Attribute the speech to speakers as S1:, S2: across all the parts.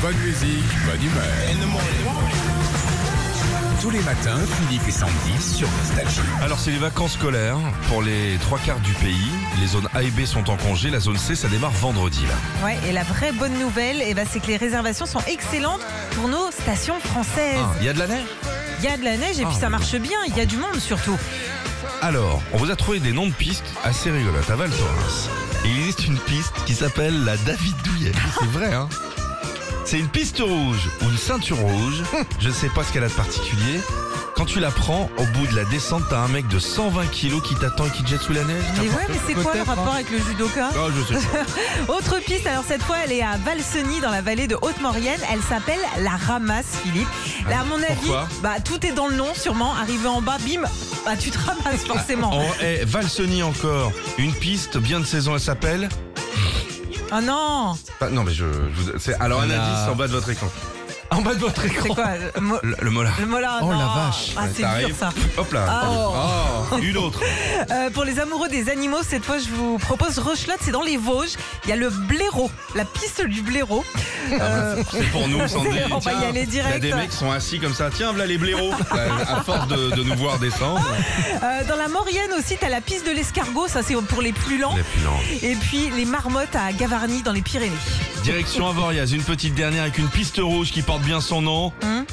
S1: Bonne musique, bonne humeur. Tous les matins, Philippe et Sandy sur Nostalgie.
S2: Alors c'est les vacances scolaires pour les trois quarts du pays. Les zones A et B sont en congé, la zone C ça démarre vendredi là.
S3: Ouais, et la vraie bonne nouvelle, eh ben, c'est que les réservations sont excellentes pour nos stations françaises.
S2: Ah, Il y a de la neige
S3: Il y a de la neige et
S2: Ah,
S3: puis ça
S2: oui.
S3: marche bien, il y a du monde surtout.
S2: Alors, on vous a trouvé des noms de pistes assez rigolotes à Val Thorens. Et Il existe une piste qui s'appelle la David Douillet. C'est vrai hein C'est une piste rouge ou une ceinture rouge. Je ne sais pas ce qu'elle a de particulier. Quand tu la prends, au bout de la descente, t'as un mec de 120 kilos qui t'attend et qui te jette sous la neige.
S3: Mais ouais, mais c'est quoi le
S2: Peut-être,
S3: rapport
S2: hein.
S3: avec le judoka
S2: Ah, je sais pas.
S3: Autre piste, alors cette fois elle est à Valseny dans la vallée de Haute-Maurienne. Elle s'appelle la Ramasse, Philippe. Là, à mon avis,
S2: Ah, pourquoi
S3: bah, tout est dans le nom sûrement. Arrivé en bas, bim, bah, tu te ramasses forcément.
S2: Oh, eh, Valseny encore, une piste bien de saison, elle s'appelle.
S3: Oh non
S4: Pas- non mais je, je vous- c'est alors un
S2: La-
S4: indice en bas de votre écran.
S2: En bas de votre
S3: C'est
S2: écran.
S3: quoi Le, mo-
S2: Le, le molar.
S3: le molar
S2: Oh,
S3: non.
S2: la vache.
S3: Ah, c'est dur
S4: T'arrives,
S3: ça
S4: Hop là.
S3: Oh.
S4: Oh.
S2: Une autre.
S3: Euh, pour les amoureux des animaux, cette fois, je vous propose Rochelotte, c'est dans les Vosges. Il y a le blaireau, la piste du blaireau. Euh,
S4: Ah C'est pour nous, Sandy.
S3: On va y
S4: Tiens,
S3: aller direct.
S4: Il y a des mecs qui sont assis comme ça. Tiens, voilà les blaireaux. Euh, à force de, de nous voir descendre.
S3: euh, dans la Maurienne aussi, t'as la piste de l'escargot, ça c'est pour les plus lents. Et puis les marmottes à Gavarnie dans les Pyrénées.
S2: Direction Avoriaz, une petite dernière avec une piste rouge qui porte bien son nom.
S3: Hum.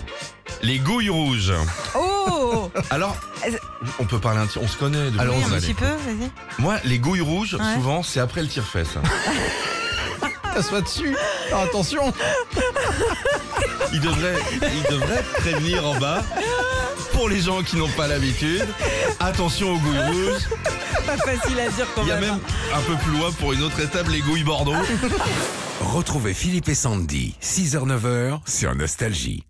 S2: Les gouilles rouges.
S3: Oh
S4: Alors, on peut parler un petit. On se connaît. depuis
S2: Alors,
S3: Oui,
S4: des
S2: on
S3: un
S2: va
S4: années.
S3: petit peu, vas-y.
S4: Moi, les gouilles rouges,
S3: Ouais.
S4: souvent, c'est après le tire-fesse.
S2: Soit dessus. attention.
S4: Ils devraient, ils devraient prévenir en bas.
S2: Pour les gens qui n'ont pas l'habitude, attention aux gouilles rouges.
S3: Pas facile à dire quand
S4: Il y a
S3: même.
S4: même un peu plus loin pour une autre étape les gouilles Bordeaux.
S1: Retrouvez Philippe et Sandy, 6h-9h sur Nostalgie.